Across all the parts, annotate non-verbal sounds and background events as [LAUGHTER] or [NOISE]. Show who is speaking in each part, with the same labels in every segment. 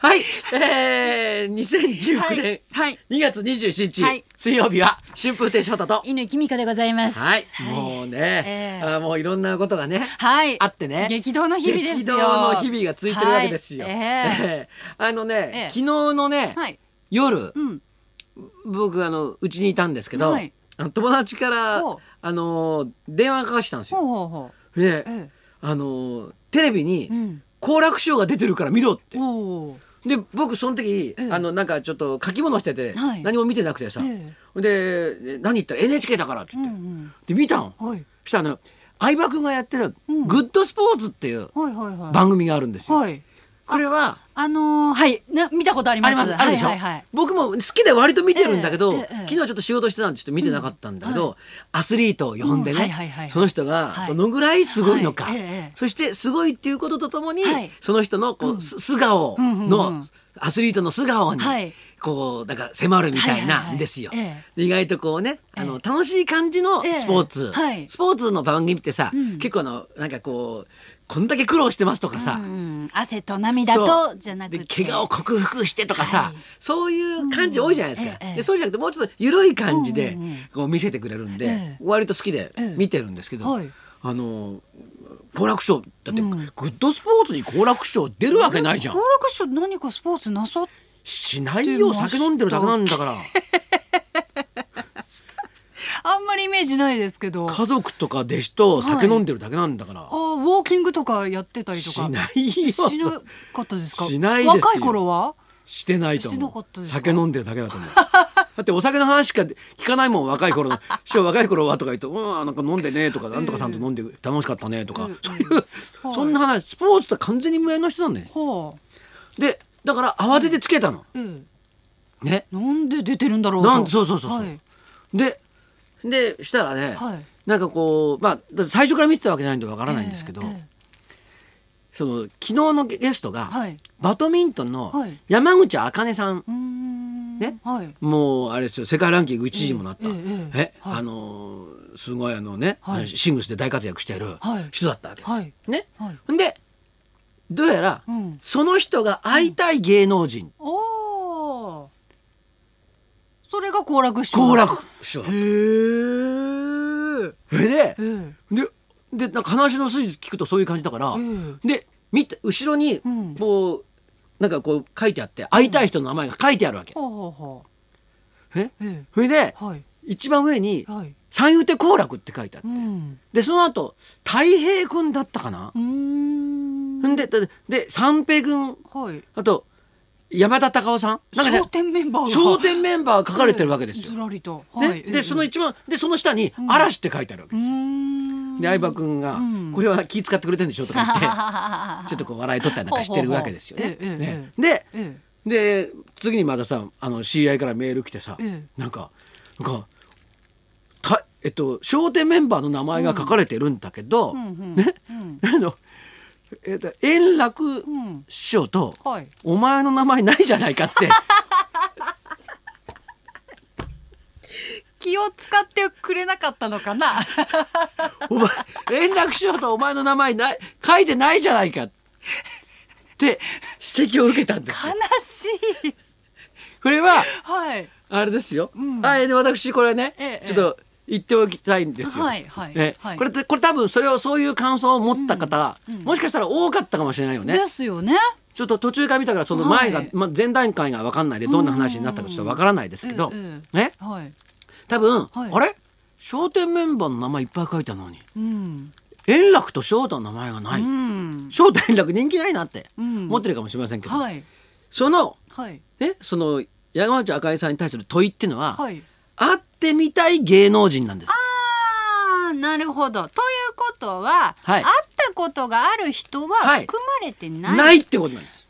Speaker 1: はい、えー、2019年
Speaker 2: はい
Speaker 1: 2月27日、
Speaker 2: はい
Speaker 1: 水曜日は春風亭昇太と、
Speaker 2: 犬きみかでございます。
Speaker 1: はい、もうね、
Speaker 2: ええ
Speaker 1: あーもういろんなことがね、
Speaker 2: はい。
Speaker 1: あってね
Speaker 2: 激動の日々ですよ。
Speaker 1: 激動の日々がついてるわけですよ。
Speaker 2: はいええ
Speaker 1: ええあのね、
Speaker 2: ええ
Speaker 1: 昨日のね、
Speaker 2: はい。
Speaker 1: 夜
Speaker 2: うん。
Speaker 1: 僕あのうちにいたんですけど、
Speaker 2: はい
Speaker 1: あの友達から
Speaker 2: ほう
Speaker 1: あの電話がかかしてたんです
Speaker 2: ほう
Speaker 1: よ。
Speaker 2: ほうほ
Speaker 1: で
Speaker 2: う。、え
Speaker 1: あのテレビ
Speaker 2: え。う
Speaker 1: に
Speaker 2: ん。
Speaker 1: 好楽師匠が出てるから見ろって。
Speaker 2: おお。
Speaker 1: で僕その時、
Speaker 2: ええ
Speaker 1: あのなんかちょっと書き物してて、
Speaker 2: はい
Speaker 1: 何も見てなくてさ、
Speaker 2: え
Speaker 1: でえ何言ったら NHK だからって
Speaker 2: うん
Speaker 1: 言
Speaker 2: う
Speaker 1: って、で
Speaker 2: ん。
Speaker 1: 見たの
Speaker 2: はい。
Speaker 1: そしたらあの相葉君がやってる「
Speaker 2: うん
Speaker 1: グッドスポーツ」っていう
Speaker 2: はいはいはい。
Speaker 1: 番組があるんですよ。
Speaker 2: はい。
Speaker 1: これは
Speaker 2: あのー、はい。な見たことありま
Speaker 1: あ
Speaker 2: す。
Speaker 1: ります、あ
Speaker 2: は
Speaker 1: る
Speaker 2: い
Speaker 1: でしょ、
Speaker 2: はいはい。
Speaker 1: 僕も好きで割と見てるんだけど、
Speaker 2: えええええ
Speaker 1: 昨
Speaker 2: え
Speaker 1: 日ちょっと仕事してたんでちょっと見てなかったんだけど、
Speaker 2: うんは
Speaker 1: アスリートを呼んでね、
Speaker 2: うんはいはいはいはい
Speaker 1: その人が
Speaker 2: はい
Speaker 1: どのぐらいすごいのか、
Speaker 2: はいええええ
Speaker 1: そしてすごいっていうこととともに、
Speaker 2: はい
Speaker 1: その人のこう、す素顔の、
Speaker 2: うんうんうん
Speaker 1: アスリートの素顔に、
Speaker 2: はい
Speaker 1: こうだから迫るみたい
Speaker 2: はいはい
Speaker 1: な
Speaker 2: はい
Speaker 1: んですよ。
Speaker 2: え
Speaker 1: で意外とこうねあの、
Speaker 2: え
Speaker 1: 楽しい感じの
Speaker 2: ええ
Speaker 1: スポーツ、
Speaker 2: はい
Speaker 1: スポーツの番組ってさ、
Speaker 2: うん
Speaker 1: 結構あのなんかこうこんだけ苦労してますとかさ、
Speaker 2: うん。汗と涙とじゃな
Speaker 1: で
Speaker 2: くて。
Speaker 1: 怪我を克服してとかさ、
Speaker 2: はい
Speaker 1: そういう感じ多いじゃないですか、
Speaker 2: うんええ
Speaker 1: でそうじゃなくてもうちょっと緩い感じで
Speaker 2: うんうんうん
Speaker 1: こう見せてくれるんで、
Speaker 2: ええ
Speaker 1: 割と好きで見てるんですけど、
Speaker 2: ええはい
Speaker 1: あの好楽師匠だって、
Speaker 2: うん
Speaker 1: グッドスポーツに好楽師匠出るわけないじゃん
Speaker 2: 登録書何かスポーツなさっ
Speaker 1: しないよ酒飲んでるだけなんだ
Speaker 2: [LAUGHS]
Speaker 1: から
Speaker 2: あんまりイメージないですけど。あ
Speaker 1: 家族とか弟子と酒飲んでるだけなんだから、
Speaker 2: ーウォーキングとかやってたりとか。
Speaker 1: しないよ
Speaker 2: しなかったですか。
Speaker 1: しないですよ
Speaker 2: 若い頃は。
Speaker 1: してないと思う
Speaker 2: してなかったですか
Speaker 1: 酒飲んでるだけだと思う [LAUGHS] だってお酒の話しか聞かないもん若い頃
Speaker 2: [LAUGHS]
Speaker 1: の「師匠若い頃は?」とか言うと「うんなんか飲んでね」とか「なんとかさんと飲んで楽しかったね」とか、
Speaker 2: うん
Speaker 1: そういう、
Speaker 2: はい
Speaker 1: [LAUGHS] そんな話スポーツとは完全に無縁の人なんだよね
Speaker 2: はあ。
Speaker 1: でだから慌ててつけたの、
Speaker 2: うん。
Speaker 1: ね
Speaker 2: なんで出てるんだろうと。
Speaker 1: なんそうそうそうそう
Speaker 2: はい。
Speaker 1: ででしたらね、
Speaker 2: はい
Speaker 1: なんかこうまあだって最初から見てたわけじゃないんでわからないんですけど、
Speaker 2: えええ
Speaker 1: その昨日のゲストが、
Speaker 2: えはい。
Speaker 1: バドミントンの
Speaker 2: はい
Speaker 1: 山口茜さん
Speaker 2: うーん。
Speaker 1: ね
Speaker 2: はい。
Speaker 1: もうあれですよ世界ランキング1位にもなった、
Speaker 2: ええええ
Speaker 1: え
Speaker 2: はい
Speaker 1: あのーすごいあのね、
Speaker 2: はい
Speaker 1: シングスで大活躍している
Speaker 2: はい
Speaker 1: 人だったわけです、
Speaker 2: はい
Speaker 1: ね、
Speaker 2: はい
Speaker 1: んでどうやら、
Speaker 2: うん
Speaker 1: その人が会いたい芸能人
Speaker 2: おお。それが好楽師匠。
Speaker 1: 好、楽師匠だっ
Speaker 2: へ
Speaker 1: た
Speaker 2: ー
Speaker 1: それで
Speaker 2: ええ。
Speaker 1: ででなんか話の筋聞くとそういう感じだから、
Speaker 2: え
Speaker 1: で見て後ろに
Speaker 2: うん
Speaker 1: こう、なんかこう書いてあって会いたい人の名前が書いてあるわけ。
Speaker 2: はあ、はあは
Speaker 1: え
Speaker 2: あ、え
Speaker 1: それで
Speaker 2: え。はい。
Speaker 1: 一番上に
Speaker 2: はい。
Speaker 1: 「三遊亭好楽」って書いてあって
Speaker 2: うん。
Speaker 1: でその後太平君だったかな
Speaker 2: うーん。
Speaker 1: んでだで三平君
Speaker 2: はい。
Speaker 1: あと山田隆夫さんなんか
Speaker 2: 笑点メンバーが。
Speaker 1: 商店メンバーが書かれてるわけです
Speaker 2: ええず
Speaker 1: よ。
Speaker 2: らりと。
Speaker 1: ね、でその。
Speaker 2: ええ
Speaker 1: 一番でその下に「嵐」って書いてあるわけ
Speaker 2: うーん。
Speaker 1: で相葉君が
Speaker 2: うん
Speaker 1: 「これは気使ってくれてるんでしょ」とか言って
Speaker 2: [LAUGHS]
Speaker 1: ちょっとこう笑い取ったりなんかしてるわけですよね。
Speaker 2: ほうほうほうえ
Speaker 1: ね
Speaker 2: ええ
Speaker 1: で
Speaker 2: ええ。
Speaker 1: で次にまたさあの CI からメール来てさ
Speaker 2: え
Speaker 1: なんかなんかたえっと商店メンバーの名前が書かれてるんだけど
Speaker 2: うんうん
Speaker 1: ね
Speaker 2: うん
Speaker 1: [LAUGHS] あのえっと円楽
Speaker 2: うん。
Speaker 1: 師匠と
Speaker 2: はい。
Speaker 1: お前の名前ないじゃないかって
Speaker 2: [LAUGHS] 気を使ってくれなかったのかな。
Speaker 1: お前円楽師匠とお前の名前ない書いてないじゃないかって指摘を受けたんです
Speaker 2: 悲
Speaker 1: よ
Speaker 2: しい。
Speaker 1: これは
Speaker 2: はい。
Speaker 1: あれですよ、
Speaker 2: ん
Speaker 1: あえで私これね、
Speaker 2: ええ
Speaker 1: ちょっと言っておきたいんですよ、
Speaker 2: はいはい
Speaker 1: ね
Speaker 2: はい
Speaker 1: これってこれ多分それをそういう感想を持った方、もしかしたら多かったかもしれないよね
Speaker 2: ですよね。
Speaker 1: ちょっと途中から見たからその前が、
Speaker 2: はい
Speaker 1: まあ、前段階が分かんないでどんな話になったかちょっと分からないですけど、
Speaker 2: うんうんうん
Speaker 1: ね
Speaker 2: はい。
Speaker 1: 多分、
Speaker 2: はい
Speaker 1: あれ笑点メンバーの名前いっぱい書いてあるのに
Speaker 2: うん。
Speaker 1: 円楽と翔太の名前がない、
Speaker 2: うん。
Speaker 1: 翔太円楽人気ないなって
Speaker 2: うん
Speaker 1: 思ってるかもしれませんけど、
Speaker 2: はい。
Speaker 1: その
Speaker 2: はい。
Speaker 1: ねその山内あかりさんに対する問いっていうのは、
Speaker 2: はい。
Speaker 1: 会ってみたい芸能人なんです。
Speaker 2: ああ、なるほど。ということは、
Speaker 1: はい
Speaker 2: 会ったことがある人は
Speaker 1: はい
Speaker 2: 含まれてない。
Speaker 1: ないってことなんです。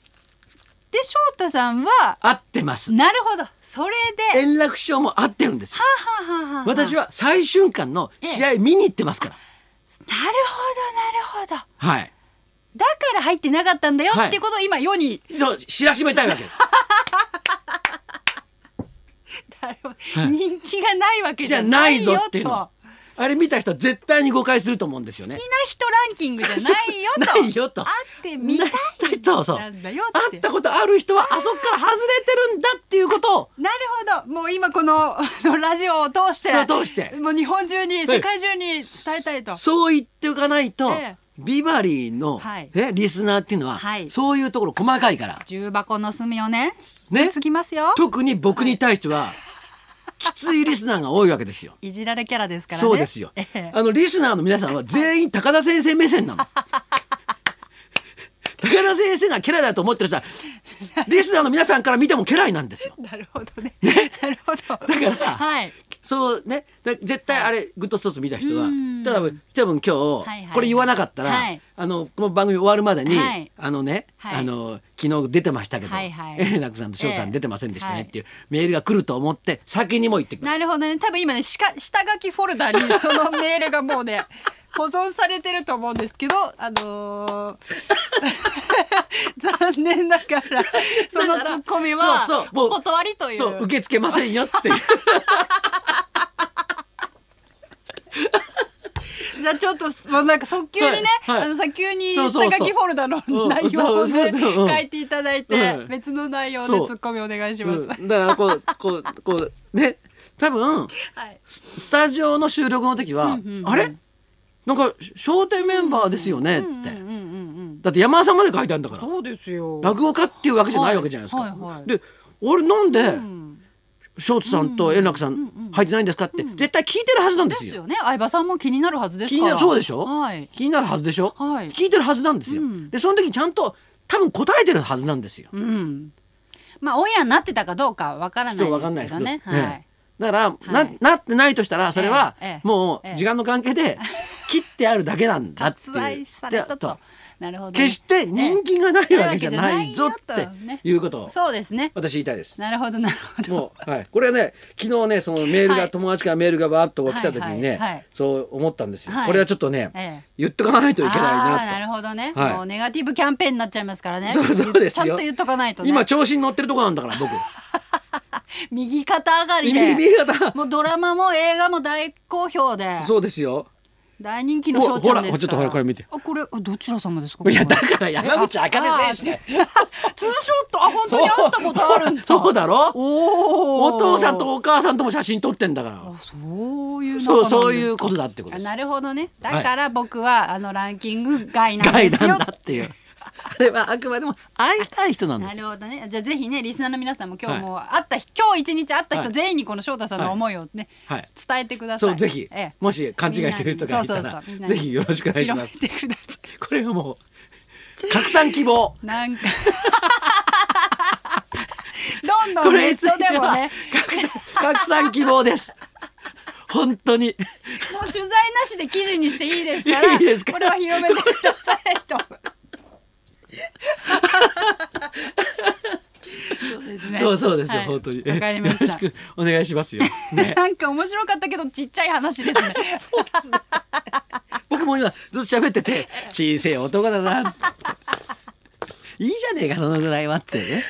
Speaker 2: で、翔太さんは、
Speaker 1: 合ってます。
Speaker 2: なるほど。それで、
Speaker 1: 円楽師匠も合ってるんですよ。
Speaker 2: はははは
Speaker 1: 私は最瞬間の試合見に行ってますから。
Speaker 2: なるほど、なるほど。
Speaker 1: はい。
Speaker 2: だから入ってなかったんだよ、
Speaker 1: はい
Speaker 2: ってことを今世に。
Speaker 1: そう知らしめたいわけ
Speaker 2: [LAUGHS]
Speaker 1: です。
Speaker 2: なるほど人気がないわけ
Speaker 1: じ
Speaker 2: じ [LAUGHS]
Speaker 1: ゃ
Speaker 2: ゃ
Speaker 1: な
Speaker 2: ないい
Speaker 1: ぞ
Speaker 2: よ
Speaker 1: っていうの
Speaker 2: と。
Speaker 1: あれ見た人は絶対に誤解すると思うんですよね
Speaker 2: 好きな人ランキングじゃないよと
Speaker 1: ないよと
Speaker 2: 会ってみたい
Speaker 1: ないそうそう
Speaker 2: な
Speaker 1: 会
Speaker 2: んだよって
Speaker 1: ったことある人はあそこから外れてるんだっていうことを
Speaker 2: なるほどもう今このあのラジオを通して
Speaker 1: 通して
Speaker 2: もう日本中に世界中に伝えたいと
Speaker 1: そう言っておかないと、
Speaker 2: ええ
Speaker 1: ビバリーの、
Speaker 2: はい
Speaker 1: えリスナーっていうのは、
Speaker 2: はい
Speaker 1: そういうところ細かいから
Speaker 2: 重箱の隅をね
Speaker 1: ね
Speaker 2: つきますよ
Speaker 1: 特に僕に対しては、
Speaker 2: [LAUGHS]
Speaker 1: きついリスナーが多いわけですよ。
Speaker 2: いじられキャラですからね
Speaker 1: そうですよ
Speaker 2: ええ。
Speaker 1: あのリスナーの皆さんは全員高田先生目線
Speaker 2: [LAUGHS]
Speaker 1: なの。高田先生が家来だと思ってる人は、リスナーの皆さんから見ても家来なんですよ。
Speaker 2: なるほどねなるほどだ
Speaker 1: から
Speaker 2: はい
Speaker 1: そうね、だ絶対あれ、グッドソース見た人は
Speaker 2: うん、
Speaker 1: ただ多分今
Speaker 2: はいはい
Speaker 1: 日、これ言わなかったら
Speaker 2: はい、
Speaker 1: あの、この番組終わるまでに
Speaker 2: はい、
Speaker 1: あのね、
Speaker 2: はい
Speaker 1: あの、昨日出てましたけど、
Speaker 2: はいはい
Speaker 1: 円楽さんと翔さ
Speaker 2: ええ
Speaker 1: ん出てませんでしたねっていうメールが来ると思って、先にもう言ってきます
Speaker 2: な。るほどね多分今ねしか下書きフォルダにそのメールがも
Speaker 1: [LAUGHS]
Speaker 2: うね保存されてると思うんですけどあのー
Speaker 1: [LAUGHS]
Speaker 2: 残念ながらそのツッコミは
Speaker 1: そうそうもう
Speaker 2: お断りという
Speaker 1: そう受け付けませんよっていう
Speaker 2: じゃあちょっともうなんか速急にね、
Speaker 1: はいはい
Speaker 2: あの早急に
Speaker 1: そ
Speaker 2: 下
Speaker 1: うそうそ
Speaker 2: 書
Speaker 1: う
Speaker 2: きフォルダの
Speaker 1: うん
Speaker 2: 内容をね
Speaker 1: そうそうそううん
Speaker 2: 書いていただいて
Speaker 1: うん
Speaker 2: 別の内容で
Speaker 1: そう
Speaker 2: ツッコミお願いします。
Speaker 1: うん
Speaker 2: [LAUGHS]
Speaker 1: だからこうこうこうね多分
Speaker 2: はい
Speaker 1: ススタジオの収録の時は「
Speaker 2: うんうんうん
Speaker 1: あれなんか商店メンバーですよね」って、
Speaker 2: うんうんうん
Speaker 1: だって山田さんまで書いてあるんだか
Speaker 2: うん。
Speaker 1: ら
Speaker 2: そうですよ。
Speaker 1: 落語家っていうわけじゃないわけじゃないですか。
Speaker 2: はいはいはい
Speaker 1: で俺なんで
Speaker 2: うん
Speaker 1: 翔太さんと円楽さん入ってないんですかって絶対聞いてるはずなんで
Speaker 2: ですす
Speaker 1: よ。
Speaker 2: よね。相葉さんも気になるはずです
Speaker 1: 気
Speaker 2: か
Speaker 1: に
Speaker 2: ら。
Speaker 1: なるそうでしょ、
Speaker 2: はい。
Speaker 1: 気になるはずでしょ、
Speaker 2: はい
Speaker 1: 聞いてるはずなんですよ。
Speaker 2: うん
Speaker 1: でその時にちゃんと多分答えてるはずなんですよ。
Speaker 2: うん。まあオンエアになってたかどうかわからない
Speaker 1: ちょっとわ
Speaker 2: で
Speaker 1: かんない
Speaker 2: す
Speaker 1: で
Speaker 2: け
Speaker 1: す
Speaker 2: ど
Speaker 1: けど、
Speaker 2: ね。
Speaker 1: え
Speaker 2: はい
Speaker 1: え。だから、
Speaker 2: はい
Speaker 1: ななってないとしたらそれは
Speaker 2: ええええ
Speaker 1: も
Speaker 2: ええ
Speaker 1: う時間の関係で切ってあるだけなんだってい
Speaker 2: 割
Speaker 1: う。
Speaker 2: 愛された
Speaker 1: で
Speaker 2: と。なるほどね。
Speaker 1: 決して人気がないわけじゃないぞっ
Speaker 2: ないわけじゃないよ
Speaker 1: て
Speaker 2: と
Speaker 1: いうことを
Speaker 2: そうですね。
Speaker 1: 私言いたいです。
Speaker 2: なるほどなるほど。
Speaker 1: もう、はい、これはね昨日ねそのメールが、
Speaker 2: はい
Speaker 1: 友達からメールがバーッと来た時にね、
Speaker 2: はいはいはい
Speaker 1: そう思ったんですよ。
Speaker 2: はい
Speaker 1: これはちょっとね、
Speaker 2: ええ
Speaker 1: 言っとかないといけない
Speaker 2: あー
Speaker 1: な
Speaker 2: なるほどね、
Speaker 1: はい
Speaker 2: もうネガティブキャンペーンになっちゃいますからね
Speaker 1: と。そうそうですよ。
Speaker 2: ちゃんと言っとかないとね
Speaker 1: 今調子に乗ってるとこなんだから
Speaker 2: [LAUGHS]
Speaker 1: 僕。
Speaker 2: 右肩上がりで
Speaker 1: 耳
Speaker 2: [LAUGHS]
Speaker 1: 型。
Speaker 2: もうドラマも映画も大好評で
Speaker 1: そうですよ。
Speaker 2: 大人気の翔ち
Speaker 1: ほ
Speaker 2: ゃ
Speaker 1: ら
Speaker 2: んですから
Speaker 1: ちょっとほらこれ見て
Speaker 2: あこれあどちら様ですか
Speaker 1: いや
Speaker 2: これ
Speaker 1: だから山口茜選手。
Speaker 2: ああツーショットあ本当に会ったことあるんだ
Speaker 1: [LAUGHS] そうだろ
Speaker 2: お
Speaker 1: お
Speaker 2: お
Speaker 1: 父さんとお母さんとも写真撮ってんだから
Speaker 2: あそういう
Speaker 1: そう
Speaker 2: 仲
Speaker 1: そ
Speaker 2: なんですか
Speaker 1: ういうことだってこと
Speaker 2: あ
Speaker 1: です
Speaker 2: なるほどねだから僕は、あのランキング
Speaker 1: [LAUGHS]
Speaker 2: 外なん
Speaker 1: 外
Speaker 2: ですよ
Speaker 1: 談だって
Speaker 2: [LAUGHS]
Speaker 1: いうあれはあくまでも会いたい人なんで
Speaker 2: な
Speaker 1: す
Speaker 2: る
Speaker 1: よ
Speaker 2: ほどね。じゃあぜひねリスナーの皆さんも今日もう会った日、今日一日会った
Speaker 1: は
Speaker 2: 人
Speaker 1: い
Speaker 2: 全員にこの翔太さんの思いをね、
Speaker 1: はい
Speaker 2: 伝えてください。
Speaker 1: そうぜひ
Speaker 2: ええ
Speaker 1: もし勘違いしてる人がいた
Speaker 2: みんなにそう
Speaker 1: ら
Speaker 2: そうそうみんなに
Speaker 1: ぜひよろしくお願いします
Speaker 2: 広めてくださ
Speaker 1: これはもう拡散希望
Speaker 2: い。なん
Speaker 1: [LAUGHS]
Speaker 2: かどんど
Speaker 1: こ
Speaker 2: んネ
Speaker 1: れ
Speaker 2: ッ
Speaker 1: につい
Speaker 2: ト
Speaker 1: て
Speaker 2: でも
Speaker 1: は
Speaker 2: ね。
Speaker 1: 拡散拡散希望です本当に
Speaker 2: もう取材なしで記事にしていいですから、
Speaker 1: いいですか
Speaker 2: これは広めてくださいと。そうです
Speaker 1: [LAUGHS]
Speaker 2: ね。
Speaker 1: そうそうですよ
Speaker 2: はい
Speaker 1: 本当に
Speaker 2: わかりました。
Speaker 1: よろしくお願いしますよね
Speaker 2: なんか面白かったけどちっちゃい話で
Speaker 1: [LAUGHS]
Speaker 2: すね。そうですね。
Speaker 1: 僕も今ずっと喋ってて
Speaker 2: [LAUGHS]
Speaker 1: 小さい男だなっていいじゃねえかそのぐらいはってね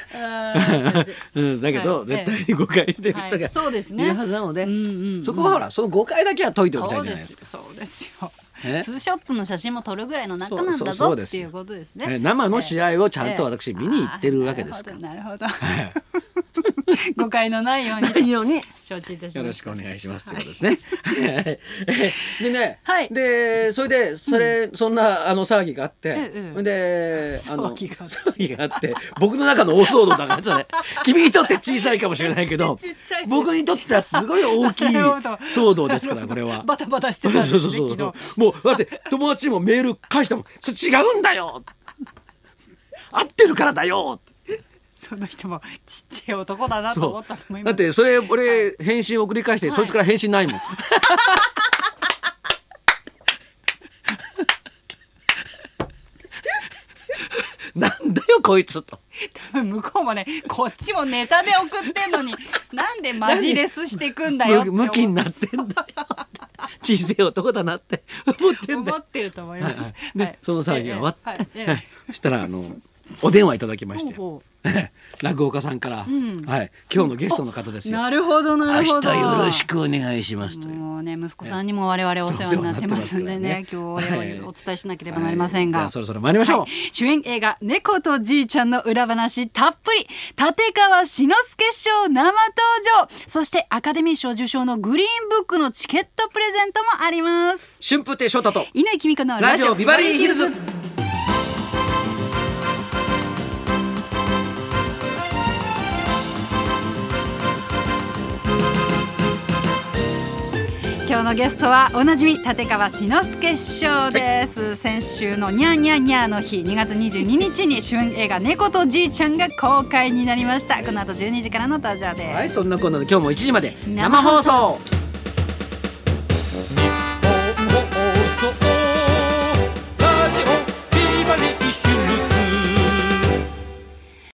Speaker 1: うん、だけど、
Speaker 2: はい
Speaker 1: 絶対に誤解してる人
Speaker 2: はいそうです
Speaker 1: が
Speaker 2: ね
Speaker 1: いるはずなので,、
Speaker 2: うんうんうん
Speaker 1: そこはほらその誤解だけは解いておきたい
Speaker 2: そう
Speaker 1: じゃ
Speaker 2: で
Speaker 1: ないです
Speaker 2: す
Speaker 1: か。
Speaker 2: そうですよ
Speaker 1: え
Speaker 2: ツーショットの写真も撮るぐらいの仲なん
Speaker 1: そう
Speaker 2: だ
Speaker 1: そ
Speaker 2: ぞ
Speaker 1: うそうで
Speaker 2: っ
Speaker 1: す
Speaker 2: てい
Speaker 1: よ
Speaker 2: うことです
Speaker 1: え
Speaker 2: ね
Speaker 1: 生の試合をちゃんと
Speaker 2: ええ
Speaker 1: 私見に行ってるわけですから
Speaker 2: あーなるほどなるほど誤解のないように
Speaker 1: ないように
Speaker 2: 承知いたし
Speaker 1: よろ
Speaker 2: ま
Speaker 1: し
Speaker 2: し
Speaker 1: くお
Speaker 2: た
Speaker 1: 願いしますってことですね。はいでね、
Speaker 2: はい
Speaker 1: でそれでそれ、そんなあの騒ぎがあって、
Speaker 2: ええ
Speaker 1: であの
Speaker 2: 騒ぎが
Speaker 1: 騒ぎがあって僕の中の大騒動だからそ
Speaker 2: [LAUGHS]
Speaker 1: れ君にとって小さいかもしれないけど
Speaker 2: ちっちゃい
Speaker 1: 僕にとってはすごい大きい
Speaker 2: [LAUGHS] なるほど
Speaker 1: 騒動ですからこれ
Speaker 2: [LAUGHS]
Speaker 1: は。
Speaker 2: バタバタしてたんで
Speaker 1: [LAUGHS]
Speaker 2: す
Speaker 1: そう
Speaker 2: ね
Speaker 1: そうそう
Speaker 2: 昨
Speaker 1: もうだって友達にもメール返したもん「それ違うんだ
Speaker 2: [LAUGHS]
Speaker 1: よ!」合ってるからだよ
Speaker 2: 日その人もちっちゃい男だなと思ったと思い
Speaker 1: だっ
Speaker 2: ます
Speaker 1: てそれ俺返信送り返して、
Speaker 2: はい
Speaker 1: そいつから返信ないもん [LAUGHS] なんだよこいつと
Speaker 2: 多分向こうもねこっちもネタで送ってん
Speaker 1: [LAUGHS]
Speaker 2: のになんでマジレスしていくんだよって
Speaker 1: む
Speaker 2: 思
Speaker 1: 向きになってんだよ小さい男だなって思ってんだ
Speaker 2: 思
Speaker 1: よ
Speaker 2: ってると思い
Speaker 1: はい
Speaker 2: ます
Speaker 1: はいで
Speaker 2: はい
Speaker 1: [LAUGHS] その騒ぎが終わ
Speaker 2: え
Speaker 1: っ
Speaker 2: えはいえ
Speaker 1: てはいそしたらあのお電話いただきま
Speaker 2: え
Speaker 1: し
Speaker 2: ほう
Speaker 1: て
Speaker 2: ほう
Speaker 1: [LAUGHS] 落語家さんから、はい、今日のゲストの方ですよ。
Speaker 2: なるほどな
Speaker 1: 明
Speaker 2: るほど
Speaker 1: 日よろしくお願いしますという。
Speaker 2: もうね息子さんにも我々お世話になってますんでね
Speaker 1: そう
Speaker 2: 今
Speaker 1: お
Speaker 2: 日
Speaker 1: 世話になってますからね
Speaker 2: お礼をお伝えしなければなりませんが、
Speaker 1: はいじゃあそろそろ参りましょう
Speaker 2: はい主演映画「猫とじいちゃん」の裏話たっぷり立川志の輔師匠生登場そしてアカデミー賞受賞のグリーンブックのチケットプレゼントもあります
Speaker 1: 春風亭昇太と
Speaker 2: 犬井君子の
Speaker 1: ラジオビバリーヒルズ。
Speaker 2: 今日のゲストはおなじみ立川志の輔師匠です、先週のニャーニャーニャーの日2月22日に主演映画猫とじいちゃんが公開になりましたこの後12時からの登場です、
Speaker 1: はい、そんなこんなで今日も1時まで生放送